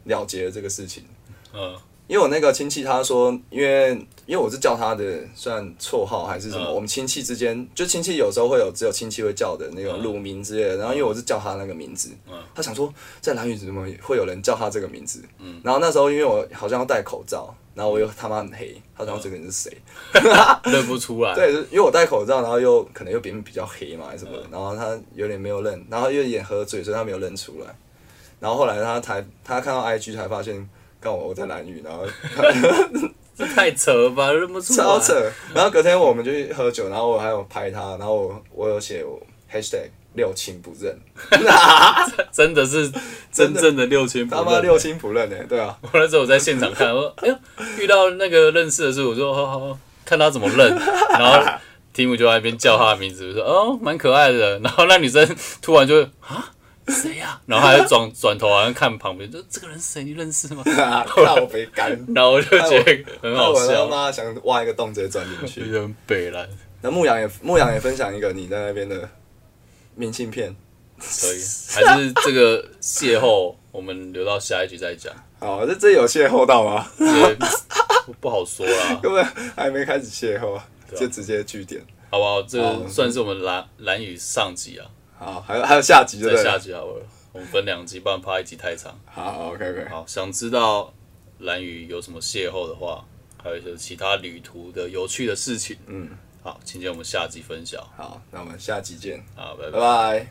Speaker 2: 了结了这个事情。
Speaker 1: 嗯，
Speaker 2: 因为我那个亲戚他说，因为因为我是叫他的算绰号还是什么，
Speaker 1: 嗯
Speaker 2: 我们亲戚之间就亲戚有时候会有只有亲戚会叫的那种乳名之类的，然后因为我是叫他那个名字，
Speaker 1: 嗯
Speaker 2: 他想说在蓝屿怎么会有人叫他这个名字，
Speaker 1: 嗯
Speaker 2: 然后那时候因为我好像要戴口罩，然后我又他妈很
Speaker 1: 嗯
Speaker 2: 黑，他想这个人是谁，
Speaker 1: 认不出来，
Speaker 2: 对，因为我戴口罩，然后又可能又别人比较黑嘛，还是什
Speaker 1: 嗯
Speaker 2: 么的，然后他有点没有认，然后又有点喝醉，所以他没有认出来。然后后来他才他看到 IG 才发现，干我我在蓝屿，然后
Speaker 1: 这太扯了吧，认不出来，
Speaker 2: 超扯。然后隔天我们就去喝酒，然后我还有拍他，然后我我有写我 hashtag 六亲不认，
Speaker 1: 真的是真正的六亲不
Speaker 2: 他
Speaker 1: 认欸
Speaker 2: 妈六亲不认呢、对啊，
Speaker 1: 我那时候我在现场看，我说：“哎呦，遇到那个认识的时候，我说好好好，看他怎么认。”然后提姆就在那边叫他的名字，我说：“哦，蛮可爱的。”然后那女生突然就啊，谁呀、然后她就转转头，好像看旁边，就这个人是谁？你认识吗？
Speaker 2: 啊靠北干，
Speaker 1: 然后我就觉得 很
Speaker 2: 那
Speaker 1: 好
Speaker 2: 我他
Speaker 1: 笑，
Speaker 2: 妈想挖一个洞直接钻进
Speaker 1: 就
Speaker 2: 去。
Speaker 1: 是很北蓝，
Speaker 2: 那牧羊也牧羊也分享一个你在那边的明信片，
Speaker 1: 所以还是这个邂逅，我们留到下一集再 讲，
Speaker 2: 好，这这有邂逅到吗？
Speaker 1: 因为不好说啦，
Speaker 2: 根本还没开始邂逅，啊
Speaker 1: 啊
Speaker 2: 就直接据点。
Speaker 1: 好不好？这个算是我们蓝蓝雨上集啊，
Speaker 2: 好，还有还有下集对不
Speaker 1: 再
Speaker 2: 对
Speaker 1: 下？集好了，我们分两集，不然怕一集太长。
Speaker 2: 好，OK OK，
Speaker 1: 好，想知道蓝宇有什么邂逅的话，还有一些其他旅途的有趣的事情，嗯，好，请见我们下集分享
Speaker 2: 好，那我们下集见，
Speaker 1: 啊，拜拜
Speaker 2: 拜。拜。